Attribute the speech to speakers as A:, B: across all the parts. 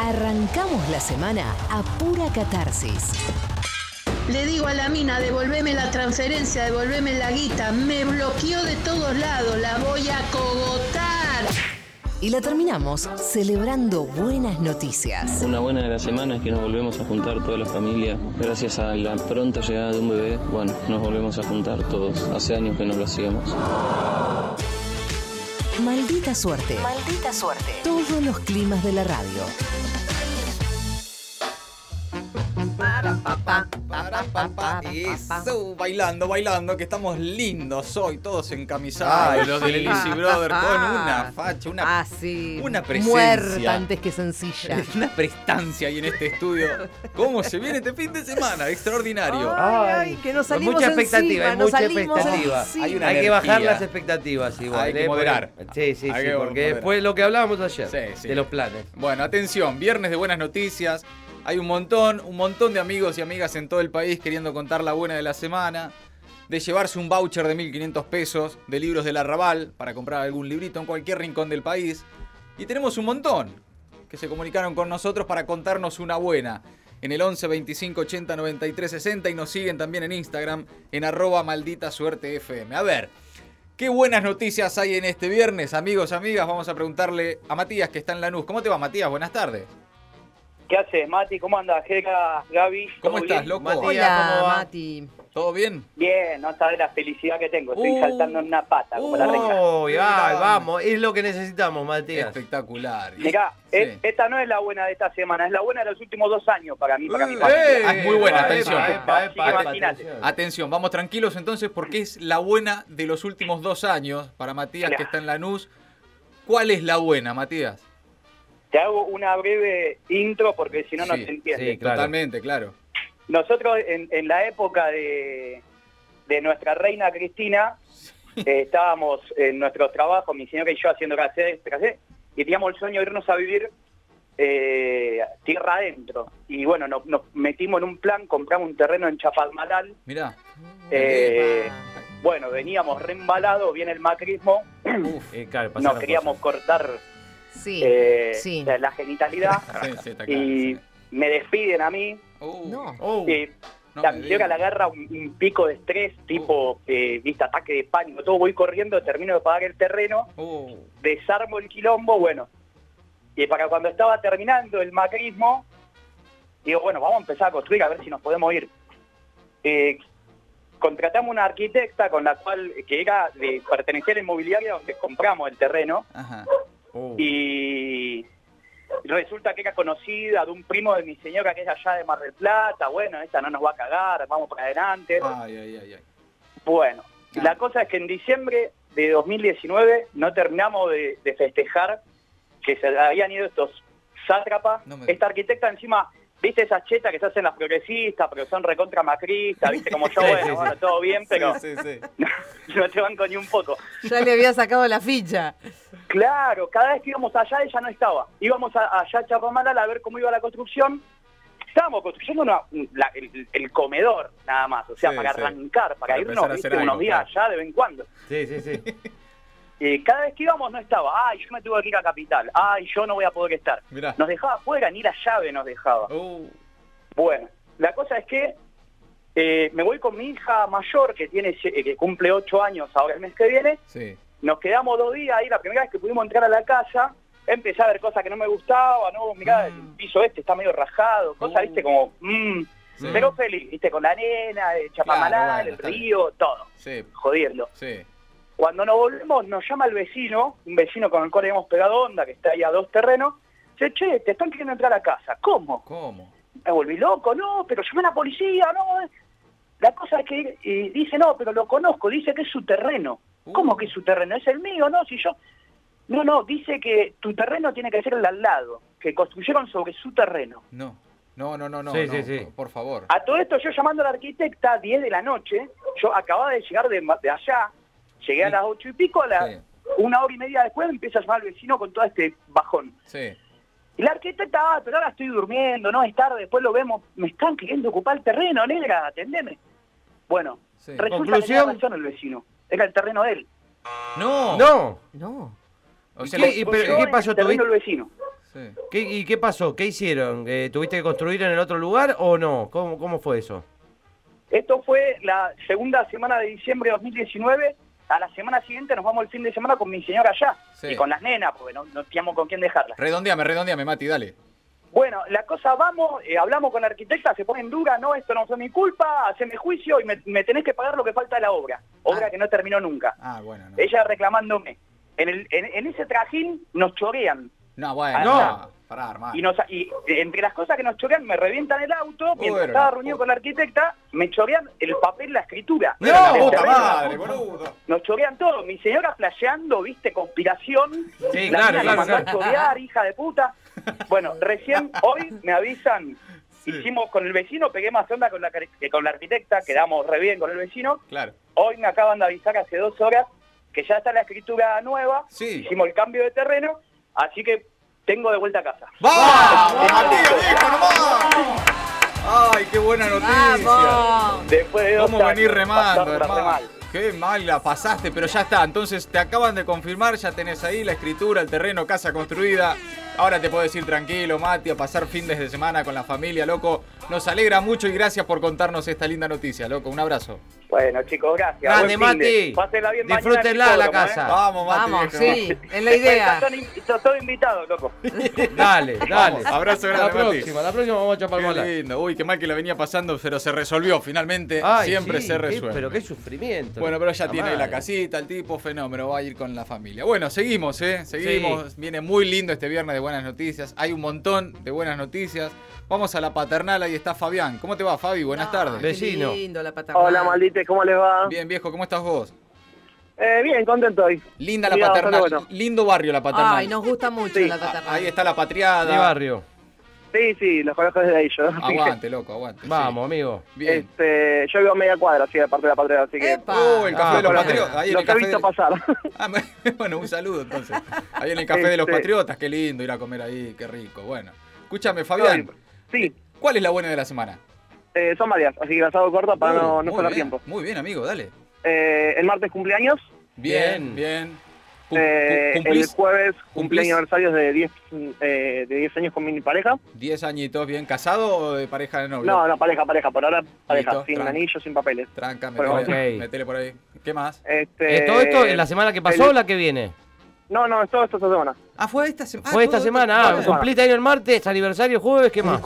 A: Arrancamos la semana a pura catarsis.
B: Le digo a la mina, devolveme la transferencia, devolveme la guita. Me bloqueó de todos lados, la voy a cogotar.
A: Y la terminamos celebrando buenas noticias.
C: Una buena de la semana es que nos volvemos a juntar toda la familia. Gracias a la pronta llegada de un bebé, bueno, nos volvemos a juntar todos. Hace años que no lo hacíamos.
A: Maldita suerte.
D: Maldita suerte.
A: Todos los climas de la radio.
E: Para, pa, pa, Eso, bailando, bailando, que estamos lindos hoy, todos encamisados, los del Elisi Brother, con una facha, una,
D: Ah, sí.
E: una presencia.
D: Muerta antes que sencilla.
E: una prestancia ahí en este estudio. ¿Cómo se viene este fin de semana? Extraordinario.
F: Ay,
D: Ay, que nos
F: Hay
D: salimos
F: mucha expectativa,
D: encima,
F: hay
D: nos
F: mucha
D: salimos
F: expectativa.
D: encima.
E: Hay una
F: Hay que
E: energía.
F: bajar las expectativas igual.
E: Hay que
F: ¿eh? Porque-
E: moderar.
F: Sí, sí,
E: Hay
F: sí.
E: que
F: Porque
E: moderar.
F: después lo que hablábamos ayer
E: Sí, sí.
F: de los planes.
E: Bueno, atención, viernes de buenas noticias. Hay un montón, un montón de amigos y amigas en todo el país queriendo contar la buena de la semana. De llevarse un voucher de 1.500 pesos de libros del arrabal para comprar algún librito en cualquier rincón del país. Y tenemos un montón que se comunicaron con nosotros para contarnos una buena. En el 11 25 80 93 60 y nos siguen también en Instagram en arroba maldita suerte FM. A ver, qué buenas noticias hay en este viernes, amigos, amigas. Vamos a preguntarle a Matías que está en Lanús. ¿Cómo te va, Matías? Buenas tardes.
G: ¿Qué haces, Mati? ¿Cómo andas, Jera, Gaby?
E: ¿Cómo
G: ¿Todo
E: estás,
G: bien?
E: loco?
F: Matías.
D: Hola,
F: ¿Cómo va?
D: Mati.
E: ¿Todo bien?
G: Bien, no sabes la felicidad que tengo. Estoy
E: Uh.
G: saltando en una pata, como la
E: Uh.
G: reina.
F: Uy, ay,
E: Grande.
F: vamos, es lo que necesitamos, Matías.
E: Espectacular.
G: Mirá,
E: Sí.
G: e- esta no es la buena de esta semana, es la buena de los últimos dos años para mí, para mi
E: Eh,
G: familia.
E: eh, es muy buena,
G: Epa,
E: atención.
G: epa, epa,
F: Epa,
G: así que
F: epa,
G: imagínate.
F: atención.
E: Atención, vamos tranquilos entonces porque es la buena de los últimos dos años para Matías que
G: Claro.
E: está en Lanús. ¿Cuál es la buena, Matías?
G: Te hago una breve intro porque si no, no
E: Sí,
G: se entiende.
F: sí. Claro.
E: Totalmente, claro.
G: Nosotros, en, en la época de, de nuestra reina Cristina, eh, estábamos en nuestros trabajos, mi señora y yo haciendo casé, y teníamos el sueño de irnos a vivir eh, tierra adentro. Y bueno, nos, nos metimos en un plan, compramos un terreno en Chapalmalal.
E: Mirá.
G: eh, bueno, veníamos reembalados, viene el macrismo,
E: Uf.
F: Eh, claro, pasan
G: nos
F: las
G: queríamos cortar
D: Sí.
G: eh,
D: sí.
G: la, la genitalidad
E: Sí, sí, está claro,
G: y
E: sí.
G: me despiden a mí.
E: Uh,
D: No.
F: cosas. Oh,
G: eh,
E: no
G: la,
E: me
G: llega
E: digas.
G: la guerra, un, un pico de estrés, tipo, eh, viste, ataque de pánico, todo, voy corriendo, termino de pagar el terreno,
E: Uh,
G: desarmo el quilombo, bueno. Y para cuando estaba terminando el macrismo, digo, bueno, vamos a empezar a construir, a ver si nos podemos ir. Eh, contratamos una arquitecta con la cual, que era de pertenecía a la inmobiliaria donde compramos el terreno,
E: ajá.
F: oh.
G: y resulta que era conocida de un primo de mi señora que es allá de Mar del Plata, bueno, esta no nos va a cagar, vamos para adelante.
E: Ay, ay, ay, ay.
G: Bueno,
E: Ah.
G: la cosa es que en diciembre de 2019 no terminamos de, de festejar que se habían ido estos sátrapas.
E: No me-
G: Esta arquitecta encima, viste esas chetas que se hacen las progresistas, pero son recontra macristas, viste como yo,
F: Sí,
G: bueno,
F: sí, sí.
G: bueno, todo bien, pero
E: Uh. Sí, sí, sí.
G: no te banco ni un poco.
D: Ya le había sacado la ficha.
G: Claro, cada vez que íbamos allá ella no estaba. Íbamos a- allá a Chapamalal a ver cómo iba la construcción. Estábamos construyendo una- la- el, el comedor, nada más. O sea,
E: Sí,
G: para
E: sí.
G: arrancar, para,
E: Para empezar
G: irnos
E: a hacer
G: ¿viste?
E: algo,
G: unos días allá de vez en cuando.
F: Sí, sí, sí.
G: Eh, cada vez que íbamos no estaba. Ay, yo me tuve que ir a Capital. Ay, yo no voy a poder estar.
E: Mirá.
G: Nos dejaba afuera, ni la llave nos dejaba.
E: Uh,
G: Bueno, la cosa es que eh, me voy con mi hija mayor, que, tiene, eh, que cumple ocho años ahora el mes que viene.
E: sí.
G: Nos quedamos dos días ahí. La primera vez que pudimos entrar a la casa, empecé a ver cosas que no me gustaban. No, mirá, el piso este está medio rajado. Cosas,
E: Mm. Uh.
G: viste, como... mm,
E: Sí.
G: Pero feliz, viste, con la arena, el chapamalal,
E: bueno,
G: el
E: está bien.
G: río, todo.
E: Sí,
G: Jodiendo.
E: sí.
G: Cuando nos volvemos, nos llama el vecino, un vecino con el cual habíamos pegado onda, que está ahí a dos terrenos. Dice, che, te están queriendo entrar a casa. ¿Cómo?
E: ¿Cómo?
G: Me volví loco, no, pero llamé a la policía, no. eh. La cosa es que y dice, no, pero lo conozco, dice que es su terreno.
E: Uh.
G: ¿Cómo que es su terreno? Es el mío, no, si yo... No, no, dice que tu terreno tiene que ser el de al lado, que construyeron sobre su terreno.
E: No. No, no, no, no.
F: Sí,
E: no,
F: sí, sí.
E: por- Por favor.
G: A todo esto yo llamando a la arquitecta, 10 de la noche, yo acababa de llegar de, ma- de allá, llegué a
E: Sí.
G: las 8 y pico, a la,
E: Sí.
G: una hora y media después empieza a llamar al vecino con todo este bajón.
E: Sí.
G: Y la arquitecta, ah, pero ahora estoy durmiendo, no es tarde, después lo vemos, me están queriendo ocupar el terreno, negra, atendeme. Bueno,
E: Sí.
G: resulta
F: Conclusión.
G: que tenía razón el vecino, era el terreno de él.
E: No.
F: No.
D: No.
E: O
F: ¿Y
E: sea,
F: qué- y
G: Porque
F: pero-
G: yo
F: qué
G: en
F: pasó?
G: El terreno
F: ¿Tuviste-
G: del vecino.
E: Sí.
F: ¿Qué- ¿Y qué pasó? ¿Qué hicieron? Eh, ¿Tuviste que construir en el otro lugar o no? ¿Cómo, cómo fue eso?
G: Esto fue la segunda semana de diciembre de 2019. A la semana siguiente nos vamos el fin de semana con mi señora allá
E: Sí.
G: y con las nenas, porque no, no teníamos con quién dejarlas.
E: Redondeame, redondeame, Mati, dale.
G: Bueno, la cosa vamos, eh, hablamos con la arquitecta, se ponen dura, no, esto no fue mi culpa, haceme juicio y me, me tenés que pagar lo que falta de la obra. Obra
E: Ah.
G: que no terminó nunca.
E: Ah, bueno, no.
G: Ella reclamándome. En, el- en- en ese trajín nos chorean.
E: No, bueno,
G: Ah,
E: no. Pará, hermano.
G: Y, nos, y entre las cosas que nos chorean, me revientan el auto, mientras
E: Bueno,
G: estaba
E: la
G: reunido
E: puta.
G: con la arquitecta, me chorean el papel, la escritura.
E: Pero la
G: El
E: puta
G: terreno, la
E: madre,
G: puta.
E: boludo.
G: Nos chorean todo. Mi señora flasheando, viste, conspiración.
F: Sí,
G: La
F: claro,
G: mina la
F: claro,
G: mandó a
F: claro.
G: chorear, hija de puta. Bueno, recién hoy me avisan. Hicimos con el vecino, pegué más onda con la, cari- que con la arquitecta, quedamos re bien con el vecino.
E: Claro.
G: Hoy me acaban de avisar hace dos horas que ya está la escritura nueva.
E: Sí.
G: Hicimos el cambio de terreno, así que tengo de vuelta a casa.
E: ¡Vamos, Mati, viejo, nomás! ¡Ay, qué buena noticia!
D: ¡Vamos!
G: Después de dos
E: ¿Cómo venir
G: años,
E: remando,
G: pasarla re
E: hermano?
G: mal.
E: Qué mal la pasaste, pero ya está. Entonces te acaban de confirmar, ya tenés ahí la escritura, el terreno, casa construida. Ahora te puedes ir tranquilo, Mati, a pasar fines de semana con la familia, loco. Nos alegra mucho y gracias por contarnos esta linda noticia, loco. Un abrazo.
G: Bueno, chicos, gracias.
F: Grande,
G: Buen fin de-
F: Mati.
G: Pásenla bien mañana en
F: Disfrútenla la
G: Hipódromo, ¿eh?
F: casa.
E: Vamos, Mati.
D: Vamos,
E: viejo.
D: sí, es la
G: Después
D: idea.
G: están in- Están todos invitados, loco.
F: Dale, dale.
E: Vamos, abrazo grande,
F: La
E: Mati.
F: próxima, la próxima vamos a chapar bola.
E: Qué lindo. Uy, qué mal que la venía pasando, pero se resolvió finalmente.
F: Ay,
E: Siempre
F: sí,
E: se
F: qué-
E: resuelve.
F: Pero qué sufrimiento.
E: Bueno, pero ya tiene
F: madre.
E: la casita, el tipo, fenómeno, va a ir con la familia. Bueno, seguimos, ¿eh? Seguimos. Viene muy lindo este viernes de buenas noticias. Hay un montón de buenas noticias. Vamos a la paternal, ahí está Fabián. ¿Cómo te va, Fabi?
H: Ah.
E: Buenas tardes.
D: Qué
F: Vecino.
D: lindo la paternal.
H: Hola, maldites, ¿cómo les va?
E: Bien, viejo, ¿cómo estás vos?
H: Eh, bien, contento hoy.
E: Linda la
H: Cuidado,
E: paternal.
H: solo bueno.
E: Lindo barrio la paternal.
D: Ay, nos gusta mucho
H: Sí.
D: la
E: Ah,
D: paternal.
E: Ahí está la patriada.
F: Mi barrio.
H: Sí, sí, los conozco desde ahí yo.
E: Aguante, loco, aguante. sí.
F: Vamos, amigo.
E: Bien.
H: Este, yo vivo a media cuadra, así, de parte de la patria, así que...
D: Epa.
E: Uh, el café
F: Ah,
E: de los
F: por ahí.
E: patriotas. Ahí en
H: Los
E: el
H: he
E: café
H: visto
E: de-
H: pasar.
E: Ah, bueno, un saludo entonces. Ahí en el café de los
H: Este-
E: patriotas, qué lindo ir a comer ahí, qué rico. Bueno, escúchame, Fabián.
H: Sí,
E: Eh, ¿Cuál es la buena de la semana?
H: eh, son varias, así que las hago cortas para
E: Uh,
H: no,
E: muy
H: no perder
E: bien,
H: tiempo.
E: Muy bien, amigo, dale.
H: Eh, el martes cumpleaños,
E: Bien, bien.
F: Bien.
E: Cum-
H: eh,
E: cum-
H: el
E: cumplís
H: jueves
E: ¿Cumplís?
H: cumpleaños aniversarios de 10 eh, de 10 años con mi pareja.
E: 10 añitos, bien. ¿Casado o de pareja de novio?
H: No, no, pareja, pareja, por ahora pareja,
E: Listo,
H: sin
E: tranqui.
H: anillo, sin papeles.
E: Tranca, metele,
H: Bueno,
F: ok.
E: metele por ahí. ¿Qué más?
H: Este,
F: Eh, ¿Todo esto en la semana que pasó
H: el-
F: o la que viene?
H: No, no, es todo esto esta semana.
E: Ah, fue esta semana.
F: Fue esta semana. Ah,
H: bueno.
F: cumpliste año el martes, aniversario, jueves, ¿qué más?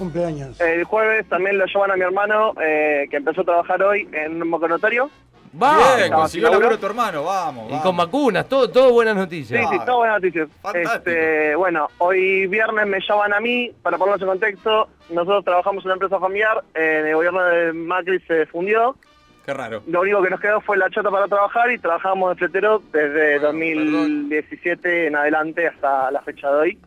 H: El jueves también lo llevan a mi hermano, eh, que empezó a trabajar hoy en un moconotorio.
F: Va.
E: Bien,
H: Estaba
E: consiguió
H: sin laburo.
E: laburo tu hermano, vamos.
F: Y
E: vamos.
F: con vacunas, todo, todo buenas
H: Sí,
F: noticias.
H: sí, todo buenas noticias.
E: Ah, Fantástico.
H: Este, bueno, hoy viernes me llaman a mí, para ponernos en contexto, nosotros trabajamos en una empresa familiar, eh, el gobierno de Macri se fundió,
E: Qué raro.
H: lo único que nos quedó fue la chota para trabajar y trabajamos de fletero desde
E: Bueno,
H: 2017 en adelante hasta la fecha de hoy,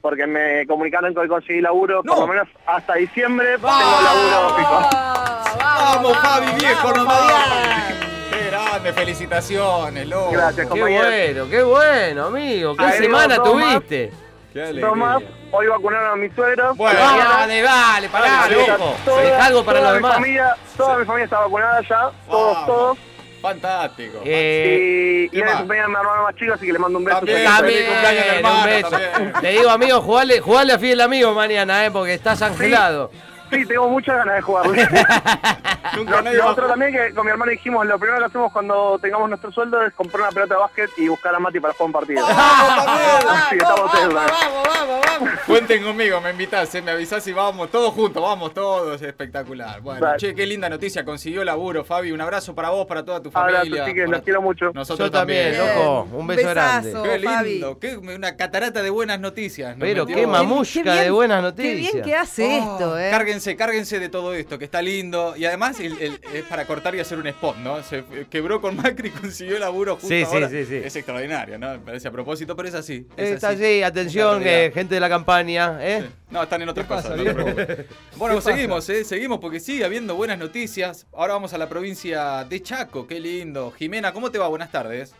H: porque me comunicaron que hoy conseguí laburo,
E: No.
H: por lo menos hasta diciembre tengo laburo fijo.
D: ¡Vamos,
E: Vamos, Fabi, viejo,
D: vamos,
E: nomás.
D: Fabián.
E: Qué grande, felicitaciones, loco.
H: Gracias,
F: Qué
H: compañeros.
F: bueno, qué bueno, amigo. Qué
H: Agrego
F: semana
H: dos más.
F: tuviste.
E: Qué alegría.
H: Tomás, hoy vacunaron a mi suegro.
E: Bueno.
H: Mañana-
F: Vale, vale, pará,
E: Vale,
F: loco.
H: Toda-
F: Dejá algo para
H: toda
F: los
H: mi
F: demás.
H: Familia, toda mi familia está vacunada ya, todos,
E: Vamos.
H: todos.
E: Fantástico.
F: Eh,
H: Y,
E: ¿qué
H: y era
E: más?
H: el cumpleaños de mi hermano más chico, así que le mando un beso.
E: También.
H: Feliz
F: también,
E: feliz cumpleaños al hermano,
F: un beso.
E: también.
F: Te digo, amigo, jugale, jugale a Fidel Amigo mañana, eh, porque estás angelado.
H: cumpleaños. Sí, tengo muchas ganas de jugar.
E: Nunca
H: Lo,
E: nadie
H: lo
E: va-
H: otro también que con mi hermano dijimos, lo primero que hacemos cuando tengamos nuestro sueldo es comprar una pelota de básquet y buscar a Mati para jugar un partido. Así que estamos en esa.
D: Ah, Vamos, vamos, vamos.
E: Cuenten conmigo, me invitás, eh, me avisás y vamos todos juntos, vamos todos, espectacular. Bueno,
H: Dale.
E: che, qué linda noticia, consiguió laburo, Fabi. Un abrazo para vos, para toda tu familia.
H: Abrazo, chiques,
E: para-
H: los quiero mucho.
E: Nosotros
F: Yo también,
E: también.
F: loco. Ojo, un beso
D: besazo,
F: grande.
E: Qué
D: Fabi.
E: lindo, qué- una catarata de buenas noticias. nos
F: Pero
E: metió.
F: qué mamut- Mamushka
D: Qué bien-
F: de buenas
D: Qué bien
F: noticias.
D: que hace
E: Oh,
D: esto, ¿eh?
E: Cárguense, cárguense de todo esto, que está lindo. Y además el- el- es para cortar y hacer un spot, ¿no? Se eh, quebró con Macri y consiguió laburo justo
F: Sí, sí,
E: ahora.
F: sí, sí.
E: Es extraordinario, ¿no? Me parece a propósito, pero es así. es
F: Está
E: así.
F: allí,
E: Es la
F: atención,
E: realidad.
F: eh, gente de la campaña, ¿eh?
E: No, están en otras
F: ¿Qué pasa,
E: cosas, no te
F: viejo?
E: preocupes. Bueno, seguimos, eh, seguimos porque sigue habiendo buenas noticias. Ahora vamos a la provincia de Chaco, qué lindo. Jimena, ¿cómo te va? Buenas tardes.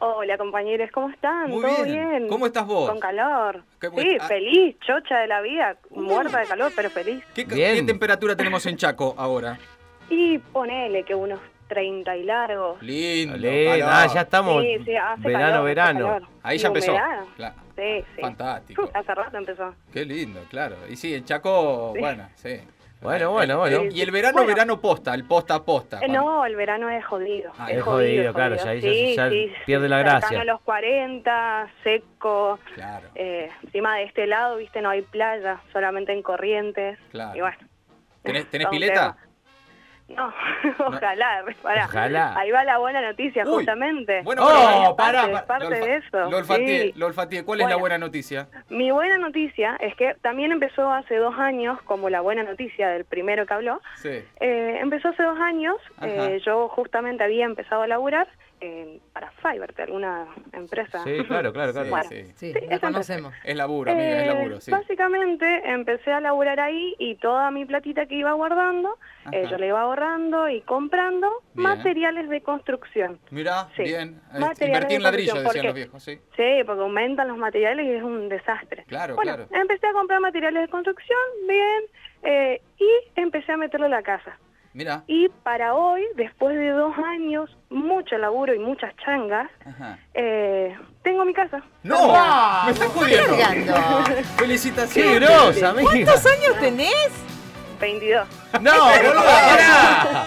I: Hola compañeros, ¿cómo están?
E: Muy
I: ¿Todo
E: bien.
I: bien?
E: ¿Cómo estás vos?
I: Con calor.
E: Qué bu-
I: Sí,
E: ah.
I: feliz, chocha de la vida, muerta de calor, pero feliz.
E: ¿Qué, ca-
F: Bien.
E: qué temperatura tenemos en Chaco ahora?
I: Y ponele que unos 30 y largos.
E: Lindo.
F: Dale,
E: calor.
F: nah, ya estamos.
I: Sí, sí, hace
F: verano,
I: calor, hace
F: verano.
I: calor.
E: Ahí ya
I: Y
E: empezó.
I: humedad.
E: Claro.
I: Sí, sí.
E: Fantástico.
I: Hace rato empezó.
E: Qué lindo, claro. Y sí, en Chaco, bueno, sí. Eh,
F: Bueno, bueno, bueno.
E: Y el verano,
I: Bueno.
E: verano posta, el posta a posta.
I: Eh, no, el verano es jodido.
E: Ah,
F: es jodido, claro, ya ahí ya- ya pierde la gracia.
I: Cercano a los 40, seco.
E: Claro.
I: eh, encima de este lado, viste, no hay playa, solamente en corrientes.
E: Claro.
I: Y bueno. eh,
E: ¿Tenés, tenés
I: todo un
E: pileta?
I: tema. No, ojalá, pues, pará.
F: Ojalá.
I: Ahí va la buena noticia,
E: Uy,
I: justamente.
E: Bueno,
F: Oh,
E: pero-
F: pará,
I: eh, parte-
F: pará.
I: parte
E: Lo olfa-
I: de eso.
E: Lo olfateé,
I: sí.
E: lo olfateé. ¿Cuál es la
I: Bueno.
E: buena noticia?
I: Mi buena noticia es que también empezó hace dos años, como la buena noticia del primero que habló,
E: Sí.
I: eh, empezó hace dos años,
E: Ajá.
I: eh, yo justamente había empezado a laburar eh, para Fiverr, de alguna empresa.
F: Sí, claro, claro, claro.
I: Bueno.
E: Sí, sí.
A: Sí,
I: Sí,
A: la
I: eso
A: conocemos.
E: Es laburo, amiga, es
I: Eh,
E: laburo, sí.
I: Básicamente empecé a laburar ahí y toda mi platita que iba guardando, eh,
E: Ajá.
I: yo le iba ahorrando y comprando
E: Bien.
I: materiales de construcción.
E: Mirá,
I: Sí.
E: bien. Eh,
I: Materiales
E: Invertí en
I: de
E: ladrillos,
I: construcción,
E: decían los
I: ¿por qué?
E: viejos, sí.
I: Sí, porque aumentan los materiales y es un desastre.
E: Claro,
I: bueno,
E: claro.
I: empecé a comprar materiales de construcción, bien, eh, y empecé a meterlo en la casa.
E: Mirá.
I: Y para hoy, después de dos años, mucho laburo y muchas changas,
E: Ajá.
I: eh, tengo mi casa.
E: ¡No! ¡Me estás jodiendo!
D: Cargando.
F: ¡Qué
E: ¡Felicitaciones!
F: grosa, amiga!
D: ¿Cuántos años tenés?
I: 22.
F: ¡No, boludo! pará.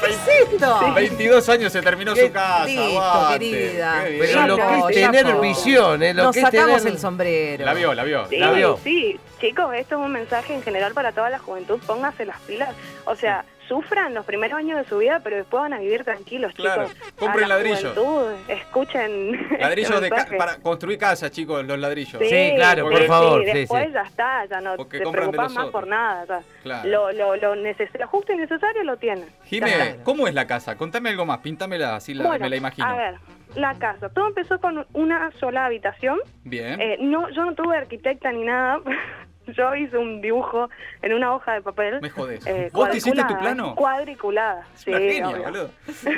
D: ¿Qué es esto?
E: 22 años se terminó
F: Qué
E: su casa,
D: listo,
E: aguante.
D: querida.
E: Qué bien.
F: Pero lo
D: Chapo,
F: que es tener
D: chapo.
F: visión, ¿eh? Lo
D: Nos
F: que es
D: sacamos
F: tener-
D: el sombrero.
E: La vio, la vio.
I: Sí,
F: La vio.
I: sí. Chicos, esto es un mensaje en general para toda la juventud. Pónganse las pilas. O sea, sufran los primeros años de su vida, pero después van a vivir tranquilos,
E: Claro.
I: chicos. A
E: Compren
I: la
E: ladrillos.
I: juventud, escuchen. este
E: Ladrillos de ca-
I: mensaje.
E: para construir casas, chicos, los ladrillos.
F: Sí, claro,
E: por
F: favor, sí,
I: después
F: sí.
I: ya está, ya no
E: Porque
I: te
E: compran de
I: preocupas
E: los
I: más
E: otros.
I: por nada. ya.
E: Claro.
I: Lo, lo, lo, neces- lo justo y necesario lo tienen.
E: Jime,
I: Ya está.
E: ¿cómo es la casa? Contame algo más, pintámela, así la,
I: Bueno,
E: me la imagino.
I: A ver, la casa. Todo empezó con una sola habitación.
E: Bien.
I: Eh, no, yo no tuve arquitecta ni nada. yo hice un dibujo en una hoja de papel.
E: Me jodés.
I: eh,
E: ¿Vos te hiciste tu
I: cuadriculada,
E: plano?
I: Cuadriculada,
E: Es
I: sí.
E: una genia,
I: obvio.
E: boludo.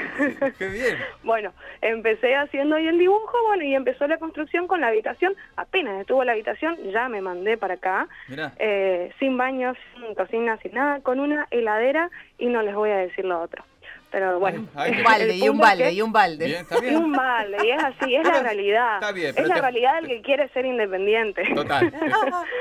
E: Qué bien.
I: Bueno, empecé haciendo ahí el dibujo, bueno, y empezó la construcción con la habitación. Apenas estuvo la habitación, ya me mandé para acá,
E: Mirá.
I: eh, sin baños, sin cocina, sin nada, con una heladera y no les voy a decir lo otro. Pero bueno,
E: Ay, qué
D: Un
E: bien.
I: el
D: balde, y un
I: punto es
D: balde,
I: que-
D: y un balde.
E: Bien, está
I: y un
E: bien.
I: balde, y es así, es la realidad.
E: Está bien, pero
I: es la
E: te-
I: realidad del que quiere ser independiente.
E: Total. te-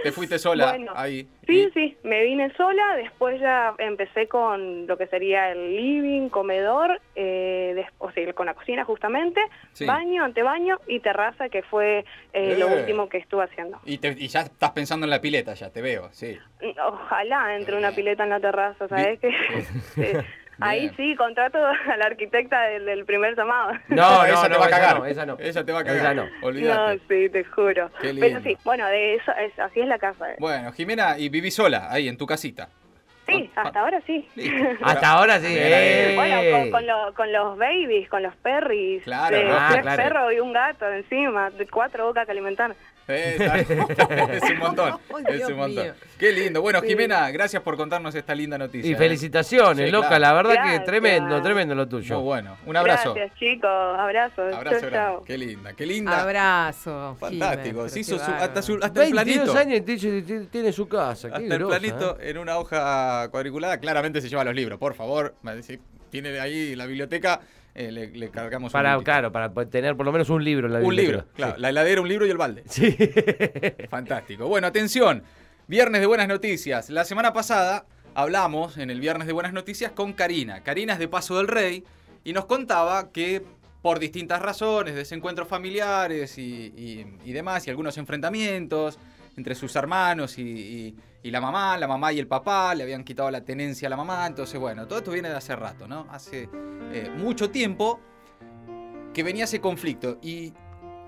E: Te fuiste sola
I: Bueno.
E: ahí.
I: Sí,
E: Y-
I: sí, me vine sola, después ya empecé con lo que sería el living, comedor, eh, des- o sea, con la cocina justamente,
E: Sí.
I: baño, antebaño y terraza, que fue eh, lo
E: Eh.
I: último que estuve haciendo.
E: Y, te- y ya estás pensando en la pileta, ya te veo, sí.
I: Ojalá entre
E: Eh,
I: una pileta en la terraza, ¿sabes
E: Bien.
I: qué? Sí. Ahí
E: Bien.
I: sí, contrato a la arquitecta del, del primer llamado.
F: No, no,
E: esa te
F: no,
E: va a
F: esa
E: cagar.
F: no, esa no.
E: Esa te va a cagar.
F: Esa no.
E: Olvídate.
I: No, sí, te juro.
E: Qué lindo.
I: Pero sí, bueno, de eso, es- así es la casa. eh.
E: Bueno, Jimena, y vivís sola ahí en tu casita.
I: sí,
E: ah,
I: hasta ahora sí.
E: Listo.
F: Hasta ahora sí.
E: Bien, bien.
F: ¡eh!
I: Bueno, con, con lo- con los babies, con los perris.
E: Claro,
I: eh,
E: ¿no?
F: Ah,
I: tres
F: claro.
I: perros y un gato encima, de cuatro bocas que alimentar.
E: Eh, está- es un montón.
D: Oh,
E: es
D: Dios
E: un montón.
D: mío.
E: Qué lindo. Bueno, Jimena, gracias por contarnos esta linda noticia.
F: Y
E: ¿eh?
F: felicitaciones,
E: Sí,
F: loca.
E: claro.
F: La verdad que
I: Gracias.
F: tremendo, tremendo lo tuyo.
E: Muy bueno. Un abrazo.
I: Gracias, chicos. Abrazos.
E: Abrazo
I: chau,
E: grande.
I: chau.
E: Qué linda, qué linda.
A: Abrazo.
E: Fantástico.
D: Jimena,
E: Se
D: pero
E: hizo
D: qué
E: su- hasta,
D: bárbaro.
E: su- hasta el
F: 22
E: planito.
F: años y tiene- tiene- tiene su casa. Qué
E: Hasta el
F: grosa,
E: planito
F: ¿eh?
E: en una hoja cuadriculada. Claramente se lleva los libros. Por favor, si tiene ahí la biblioteca, eh, le, le cargamos un
F: Para,
E: librito.
F: claro, para tener por lo menos un libro en la
E: Un
F: biblioteca.
E: libro, claro. La heladera, un libro y el balde.
F: Sí.
E: Fantástico. Bueno, atención. Viernes de Buenas Noticias. La semana pasada hablamos en el Viernes de Buenas Noticias con Karina. Karina es de Paso del Rey y nos contaba que por distintas razones, desencuentros familiares y, y- y demás, y algunos enfrentamientos entre sus hermanos y, y- y la mamá, la mamá y el papá, le habían quitado la tenencia a la mamá. Entonces, bueno, todo esto viene de hace rato, ¿no? Hace eh, mucho tiempo que venía ese conflicto y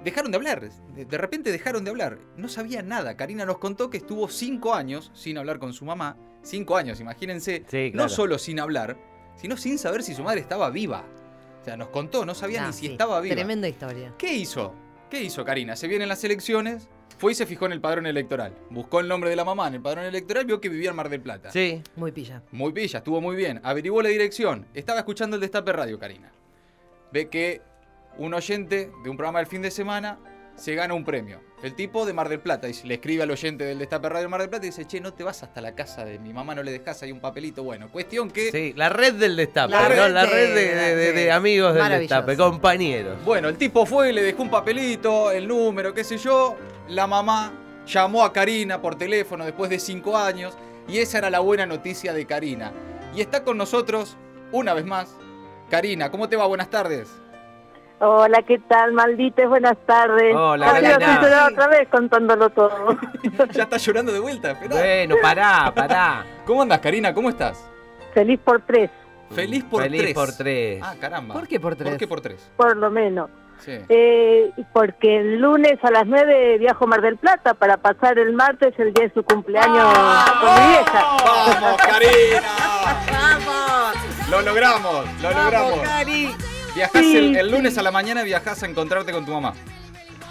E: dejaron de hablar. De, de repente dejaron de hablar. No sabía nada. Karina nos contó que estuvo cinco años sin hablar con su mamá. Cinco años, imagínense.
F: Sí,
E: No
F: claro.
E: solo sin hablar, sino sin saber si su madre estaba viva. O sea, nos contó, no sabía
D: No,
E: ni si
D: sí,
E: estaba viva.
D: Tremenda historia.
E: ¿Qué hizo? ¿Qué hizo Karina? Se vienen las elecciones, fue y se fijó en el padrón electoral. Buscó el nombre de la mamá en el padrón electoral, vio que vivía en Mar del Plata.
F: Sí.
D: Muy pilla.
E: Muy pilla, estuvo muy bien. Averiguó la dirección. Estaba escuchando el Destape Radio, Karina. Ve que un oyente de un programa del fin de semana se gana un premio. El tipo de Mar del Plata dice- le escribe al oyente del Destape Radio Mar del Plata y dice, che, no te vas hasta la casa de mi mamá, no le dejas ahí un papelito. Bueno, cuestión que...
F: Sí, la red del destape,
D: La
F: ¿no?
D: red
F: la
D: de-
F: red de, de- de- de amigos del
D: Maravilloso.
F: destape, compañeros.
E: Bueno, el tipo fue, le dejó un papelito, el número, qué sé yo. La mamá llamó a Karina por teléfono después de cinco años y esa era la buena noticia de Karina. Y está con nosotros, una vez más, Karina. ¿Cómo te va? Buenas tardes.
I: Hola, ¿qué tal, maldites? Buenas tardes.
F: Hola,
I: Ahora
F: Elena.
I: voy a llorar otra vez contándolo todo.
E: Ya está llorando de vuelta, esperá.
F: Bueno, pará, pará.
E: ¿Cómo andas, Karina? ¿Cómo estás?
I: Feliz por tres,
E: Feliz por
F: Feliz
E: tres.
F: por tres.
E: Ah, caramba.
A: ¿Por qué por tres?
E: ¿Por qué por tres?
I: por lo menos.
E: Sí.
I: Eh, porque el lunes a las 9 viajo a Mar del Plata para pasar el martes el día de su cumpleaños con mi vieja.
E: ¡Vamos, Karina!
D: ¡Vamos!
E: Lo logramos, lo logramos.
D: ¡Vamos, Cari!
E: Viajás
I: Sí,
E: el, el lunes a la mañana, viajás a encontrarte con tu mamá.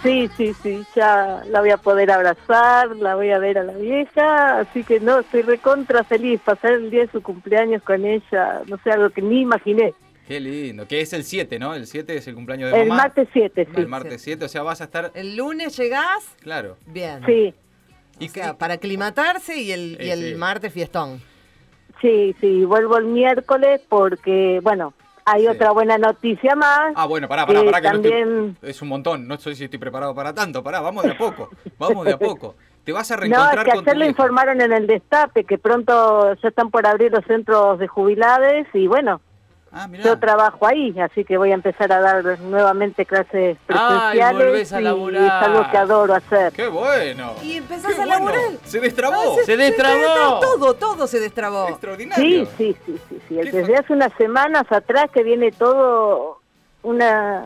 I: Sí, sí, sí, ya la voy a poder abrazar, la voy a ver a la vieja, así que no, estoy recontra feliz, pasar el día de su cumpleaños con ella, no sé, algo que ni imaginé.
E: Qué lindo, que es el 7, ¿no? El 7 es el cumpleaños de
I: El
E: mamá.
I: martes 7, sí.
E: El martes 7, o sea, vas a estar...
A: El lunes llegás,
E: Claro.
A: bien.
I: Sí,
E: Y
A: O sea, para aclimatarse y el, y
E: Sí,
A: el
E: sí.
A: martes fiestón.
I: sí, sí, vuelvo el miércoles porque, bueno, hay
E: Sí.
I: otra buena noticia más.
E: Ah, bueno, pará, pará,
I: que
E: pará, que no estoy-
I: también-
E: Es un montón, no sé si estoy preparado para tanto, pará, vamos de a poco, vamos de a poco. Te vas a
I: No,
E: reencontrar
I: es que
E: con tu
I: ayer lo
E: vieja.
I: informaron en el Destape, que pronto ya están por abrir los centros de jubilades y bueno,
E: Ah, mirá.
I: yo trabajo ahí, así que voy a empezar a dar nuevamente clases
F: Ay,
I: presenciales
F: volvés a
I: y
F: laburar.
I: es algo que adoro hacer.
E: ¡Qué bueno!
A: Y empezás
E: ¡Qué
A: a
E: bueno!
A: laburar.
E: ¡Se destrabó!
F: ¡Se destrabó!
A: Todo, todo se destrabó.
E: ¡Extraordinario!
I: Sí, sí, sí, sí, sí.
E: Qué
I: Desde
E: fa-
I: hace unas semanas atrás que viene todo una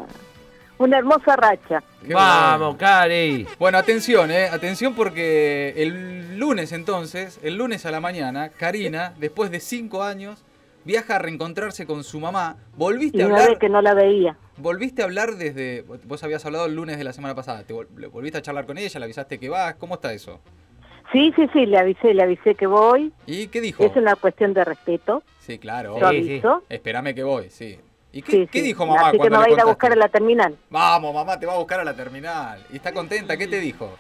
I: una hermosa racha.
E: Qué
F: Vamos, Cari.
E: Bueno, atención, eh, atención porque el lunes entonces, el lunes a la mañana, Karina, después de cinco años, viaja a reencontrarse con su mamá. Volviste
I: Y
E: a
I: una
E: hablar,
I: vez que no la veía.
E: volviste a hablar desde, vos habías hablado el lunes de la semana pasada, te vol- volviste a charlar con ella, le avisaste que vas, ¿cómo está eso?
I: Sí, sí, sí, le avisé, le avisé que voy.
E: ¿Y qué dijo?
I: Es una cuestión de respeto,
E: Sí, claro.
I: yo
F: Sí, sí.
I: aviso.
E: Espérame que voy, sí. ¿Y qué,
I: Sí,
E: qué
I: sí.
E: dijo mamá
I: Así que me
E: cuando
I: va a
E: le
I: ir a
E: contaste?
I: buscar a la terminal.
E: Vamos, mamá, te va a buscar a la terminal. ¿Y está contenta? ¿Qué te dijo?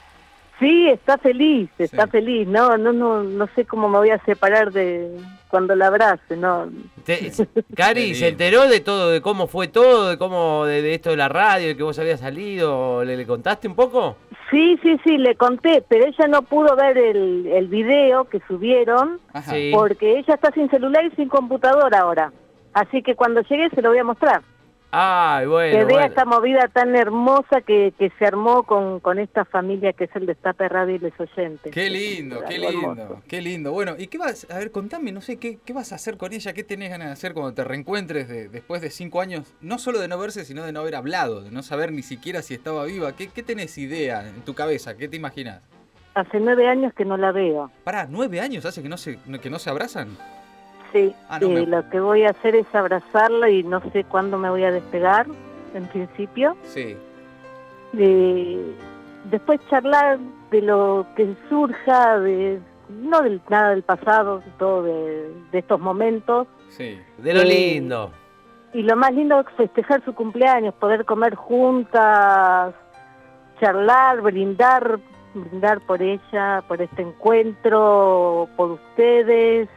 I: Sí, está feliz, está
E: Sí.
I: feliz. No, no, no, no sé cómo me voy a separar de cuando la abrace. No,
F: Te-
E: Qué
F: Cari,
E: lindo.
F: ¿se enteró de todo, de cómo fue todo, de cómo, de, de esto de la radio, de que vos habías salido? ¿Le, le contaste un poco?
I: sí, sí, sí, le conté, pero ella no pudo ver el, el video que subieron
E: Ajá.
F: Sí.
I: porque ella está sin celular y sin computadora ahora. Así que cuando llegue se lo voy a mostrar.
F: Ay, bueno,
I: que vea
F: bueno.
I: esta movida tan hermosa que, que se armó con, con esta familia que es el Destape Radio y los oyentes.
E: Qué lindo,
I: Algo
E: qué
I: hermoso.
E: lindo, qué lindo. Bueno, ¿y qué vas? A ver, contame, no sé, ¿qué, qué vas a hacer con ella? ¿Qué tenés ganas de hacer cuando te reencuentres de- después de cinco años? No solo de no verse, sino de no haber hablado, de no saber ni siquiera si estaba viva. ¿Qué, qué tenés idea en tu cabeza? ¿Qué te imaginas?
I: Hace nueve años que no la veo.
E: Pará, ¿nueve años hace que no se, que no se abrazan?
I: Sí,
E: Ah, no,
I: eh,
E: me-
I: lo que voy a hacer es abrazarla y no sé cuándo me voy a despegar, en principio.
E: Sí.
I: Eh, después charlar de lo que surja, de, no del, nada del pasado, todo de, de estos momentos.
E: Sí.
F: De lo
I: Eh,
F: lindo.
I: Y lo más lindo es festejar su cumpleaños, poder comer juntas, charlar, brindar, brindar por ella, por este encuentro, por ustedes,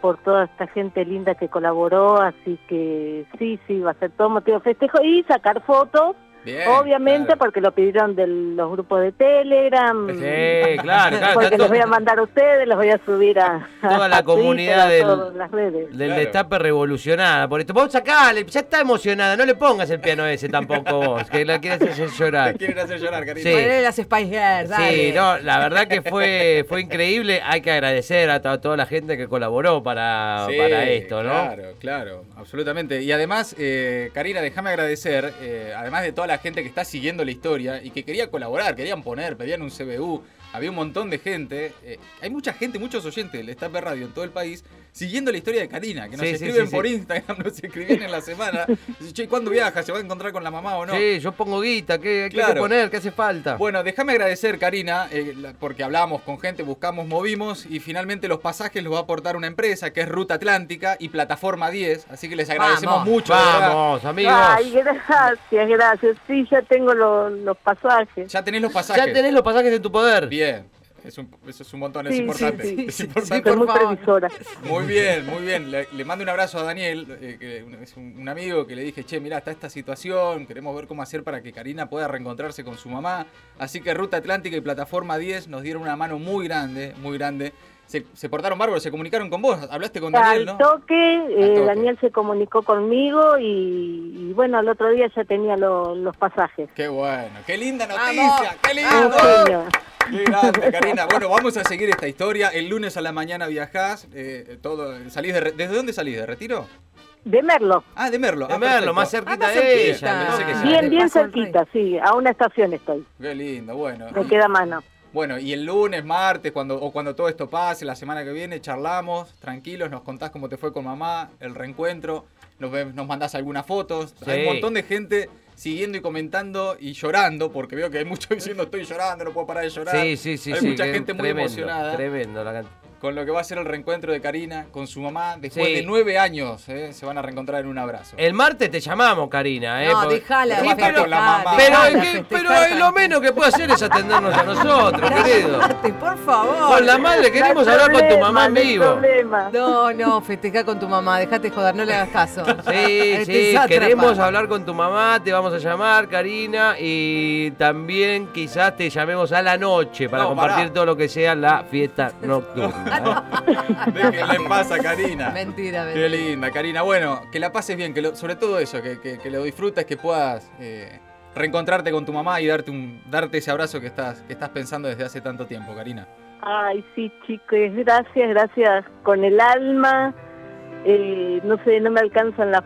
I: por toda esta gente linda que colaboró, así que sí, sí, va a ser todo motivo de festejo y sacar fotos,
F: Eh,
E: Bien.
I: obviamente,
E: claro.
I: porque lo pidieron de los grupos de Telegram.
F: Sí, claro, claro.
I: Porque
F: está
I: los
F: todo-
I: voy a mandar a ustedes, los voy a subir a
F: Toda la
I: a Twitter,
F: comunidad
I: a
F: del-
I: todas las redes.
F: Del
E: Claro.
F: destape revolucionada por esto. Vos sacale, ya está emocionada, no le pongas el piano ese tampoco vos, que la quieres hacer llorar.
E: Te quieren hacer llorar, cariño.
F: Sí.
A: Ponele las Spice Girls, dale.
F: Sí, no, la verdad que fue, fue increíble. Hay que agradecer a, to- a toda la gente que colaboró para,
E: Sí,
F: para esto, ¿no?
E: Claro, claro, absolutamente. Y además, eh, Karina, déjame agradecer, eh, además de toda la gente que está siguiendo la historia y que quería colaborar, querían poner, pedían un CBU, había un montón de gente. eh, hay mucha gente, muchos oyentes del Estape Radio en todo el país, siguiendo la historia de Karina, que nos
F: Sí, sí,
E: escriben
F: sí,
E: por
F: sí.
E: Instagram, nos escribían en la semana. Dicen, che, ¿cuándo viaja? ¿Se va a encontrar con la mamá o no?
F: Sí, yo pongo guita, ¿qué, qué hay que
E: Claro.
F: poner? ¿Qué hace falta?
E: Bueno, déjame agradecer, Karina, eh, la- porque hablamos con gente, buscamos, movimos y finalmente los pasajes los va a aportar una empresa que es Ruta Atlántica y Plataforma 10. Así que les agradecemos
F: Vamos,
E: mucho. de verdad.
F: Vamos, amigos.
I: Ay, gracias, gracias. Sí, ya tengo lo- los pasajes.
E: Ya tenés los pasajes.
F: ya tenés los pasajes en tu poder.
E: Bien. Es un- eso es un montón, es
I: Sí, sí,
E: importante.
I: sí,
E: Es
F: sí,
E: importante.
I: Soy muy
F: favor.
I: previsora.
E: Muy bien, muy bien. Le, le mando un abrazo a Daniel, eh, que un- es un, un amigo que le dije, che, mira, está esta situación, queremos ver cómo hacer para que Karina pueda reencontrarse con su mamá. Así que Ruta Atlántica y Plataforma 10 nos dieron una mano muy grande, muy grande. Se, se portaron bárbaros, se comunicaron con vos, hablaste con Daniel, ¿no?
I: Al toque, eh,
E: toque.
I: Daniel se comunicó conmigo y, y bueno, al otro día ya tenía lo- los pasajes.
E: Qué bueno, qué linda noticia,
D: Vamos.
E: qué
I: Un
F: Ah,
E: lindo.
I: genio.
E: Qué grande, Karina. Bueno, vamos a seguir esta historia. El lunes a la mañana viajás, eh, todo, salís de, Re- ¿desde dónde salís? ¿De Retiro?
I: De Merlo.
E: Ah, de Merlo. Ah,
F: A verlo,
E: perfecto.
F: más
D: Ah,
F: cerquita
D: más
F: de
D: cerquita.
F: ella. pensé que
D: Ah,
F: ya-
I: Bien, bien
D: Paso al Rey.
I: cerquita, sí. A una estación estoy.
E: Qué lindo, bueno.
I: Me queda a mano.
E: Bueno, y el lunes, martes, cuando, o cuando todo esto pase, la semana que viene, charlamos, tranquilos, nos contás cómo te fue con mamá, el reencuentro, nos, ve- nos mandás algunas fotos. Hay
F: Sí.
E: un montón de gente siguiendo y comentando y llorando, porque veo que hay muchos diciendo estoy llorando, no puedo parar de llorar.
F: Sí, sí, sí.
E: Hay
F: sí,
E: mucha
F: que-
E: gente muy
F: tremendo,
E: emocionada
F: Tremendo la cantidad.
E: con lo que va a ser el reencuentro de Karina con su mamá. Después
F: Sí. Eh.
E: de nueve años eh, se van a reencontrar en un abrazo.
F: El martes te llamamos, Karina. ¿eh?
D: No,
F: Porque-
D: dejala.
E: Pero
D: de
E: va a estar con la
D: festejar,
E: mamá.
F: Pero,
D: dejala de
F: ¿qué-
D: festejar
F: pero eh, lo
D: tranquila.
F: menos que puede hacer es atendernos a nosotros, querido.
D: Aparte, por favor.
F: Con la madre queremos
I: No hay
F: hablar con tu mamá en
I: problema, no hay
F: vivo.
I: problema.
D: No, no, festeja con tu mamá, dejate joder, no le hagas caso.
F: Sí,
D: Este
F: sí,
D: es atrapado.
F: queremos hablar con tu mamá, te vamos a llamar, Karina, y también quizás te llamemos a la noche para
E: No,
F: compartir
E: pará.
F: todo lo que sea la fiesta nocturna. ¿eh?
E: Déjenla en paz a Karina.
D: Mentira,
E: Qué
D: mentira.
E: linda, Karina. Bueno, que la pases bien, que lo- sobre todo eso, que, que- que lo disfrutes, que puedas eh, reencontrarte con tu mamá y darte un, darte ese abrazo que estás, que estás pensando desde hace tanto tiempo, Karina.
I: Ay, sí, chicos, gracias, gracias. Con el alma, eh, no sé, no me alcanzan las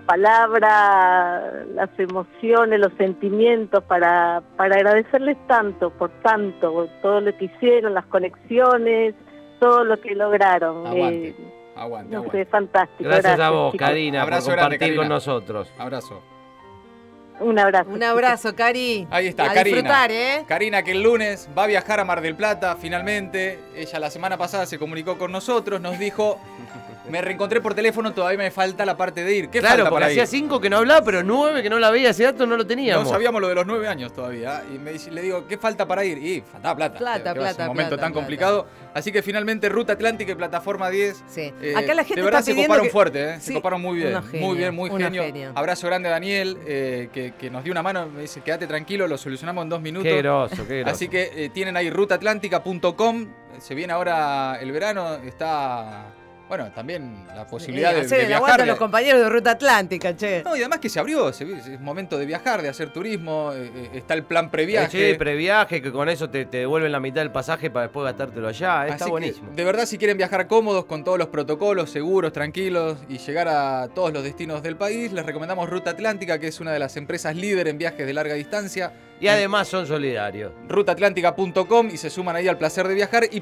I: palabras, las emociones, los sentimientos para, para agradecerles tanto, por tanto, por todo lo que hicieron, las conexiones, todo lo que lograron.
E: Aguante,
I: Eh,
E: Aguante,
I: no sé,
E: aguante.
I: fantástico.
F: Gracias, a vos,
I: chicos.
F: Karina, por
E: Abrazo
F: compartir
E: grande,
F: con
E: Karina.
F: nosotros.
E: Abrazo.
I: Un abrazo.
D: Un abrazo, Cari.
E: Ahí está,
D: a
E: Karina.
D: disfrutar, ¿eh?
E: Karina, que el lunes va a viajar a Mar del Plata, finalmente. Ella la semana pasada se comunicó con nosotros, nos dijo, me reencontré por teléfono, todavía me falta la parte de ir. ¿Qué
F: Claro,
E: falta
F: porque
E: para ir?
F: hacía cinco que no hablaba, pero nueve que no la veía, ese dato no lo teníamos.
E: No sabíamos lo de los nueve años todavía. Y me dice- le digo, ¿qué falta para ir? Y faltaba plata.
D: Plata,
E: Que va a ser
D: plata,
E: Un momento
D: plata,
E: tan
D: plata.
E: complicado. Así que finalmente Ruta Atlántica y Plataforma 10.
D: Sí.
E: eh,
D: Acá la gente
E: de verdad
D: está
E: se
D: pidiendo
E: coparon
D: que-
E: fuerte, ¿eh?
D: Sí,
E: se coparon muy bien,
D: unos genios,
E: muy bien, muy
D: unos
E: genio.
D: genios.
E: Abrazo grande a Daniel, eh, que, que nos dio una mano, me dice, quédate tranquilo, lo solucionamos en dos minutos.
F: Qué groso, qué groso.
E: Así que eh, tienen ahí rutaatlántica.com. Se viene ahora el verano, está, bueno, también la posibilidad
D: Eh,
E: de- de,
D: hacer el aguante
E: viajar.
D: a los compañeros de Ruta Atlántica, che.
E: No, y además que se abrió, se vi- es momento de viajar, de hacer turismo, eh, eh, está el plan
F: Eh,
E: previaje.
F: Sí, previaje, que con eso te, te devuelven la mitad del pasaje para después gastártelo allá. eh, Está
E: Así que,
F: buenísimo.
E: de verdad, si quieren viajar cómodos, con todos los protocolos, seguros, tranquilos y llegar a todos los destinos del país, les recomendamos Ruta Atlántica, que es una de las empresas líder en viajes de larga distancia.
F: Y además son solidarios.
E: Rutaatlántica.com y se suman ahí al placer de viajar y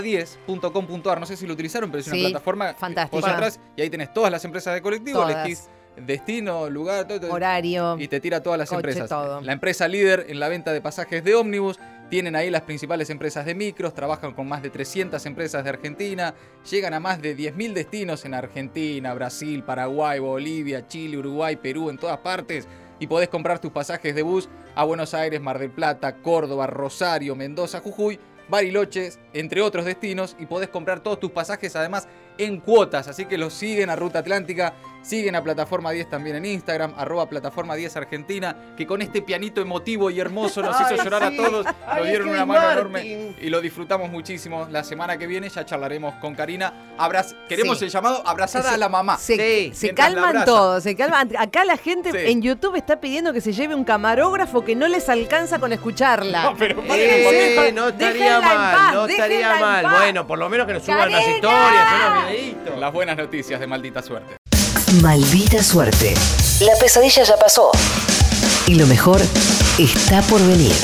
E: plataforma10.com.ar. No sé si lo utilizaron, pero es una
D: Sí,
E: plataforma
D: fantástica.
E: Vos entras y ahí tenés todas las empresas de colectivo,
D: Todas.
E: elegís destino, lugar, todo, todo.
D: Horario.
E: y te tira todas las
D: Coche,
E: empresas.
D: todo.
E: La empresa líder en la venta de pasajes de ómnibus. Tienen ahí las principales empresas de micros, trabajan con más de 300 empresas de Argentina, llegan a más de 10.000 destinos en Argentina, Brasil, Paraguay, Bolivia, Chile, Uruguay, Perú, en todas partes. Y podés comprar tus pasajes de bus a Buenos Aires, Mar del Plata, Córdoba, Rosario, Mendoza, Jujuy, Bariloche, entre otros destinos. Y podés comprar todos tus pasajes además en cuotas. Así que los siguen a Ruta Atlántica, siguen a Plataforma 10 también en Instagram, arroba Plataforma 10 Argentina, que con este pianito emotivo y hermoso nos hizo llorar a todos. Nos dieron una mano enorme y lo disfrutamos muchísimo. La semana que viene ya charlaremos con Karina. Abraz- Queremos
D: Sí.
E: el llamado abrazada a la mamá.
D: Se,
F: Sí.
D: se
E: Mientras la
D: calman
E: abraza.
D: todos, se calman. Acá la gente
E: Sí.
D: en YouTube está pidiendo que se lleve un camarógrafo que no les alcanza con escucharla.
E: No, pero
D: Sí,
E: paren un
D: sí,
F: Eh, no
D: déjenla
F: estaría
D: en
F: mal,
D: paz,
F: no
D: déjenla
F: estaría
D: en
F: mal.
D: paz.
F: Bueno, por lo menos que nos suban unas
D: Karina.
F: historias, unos videitos.
E: Las buenas noticias de maldita suerte.
A: Maldita suerte. La pesadilla ya pasó. Y lo mejor está por venir.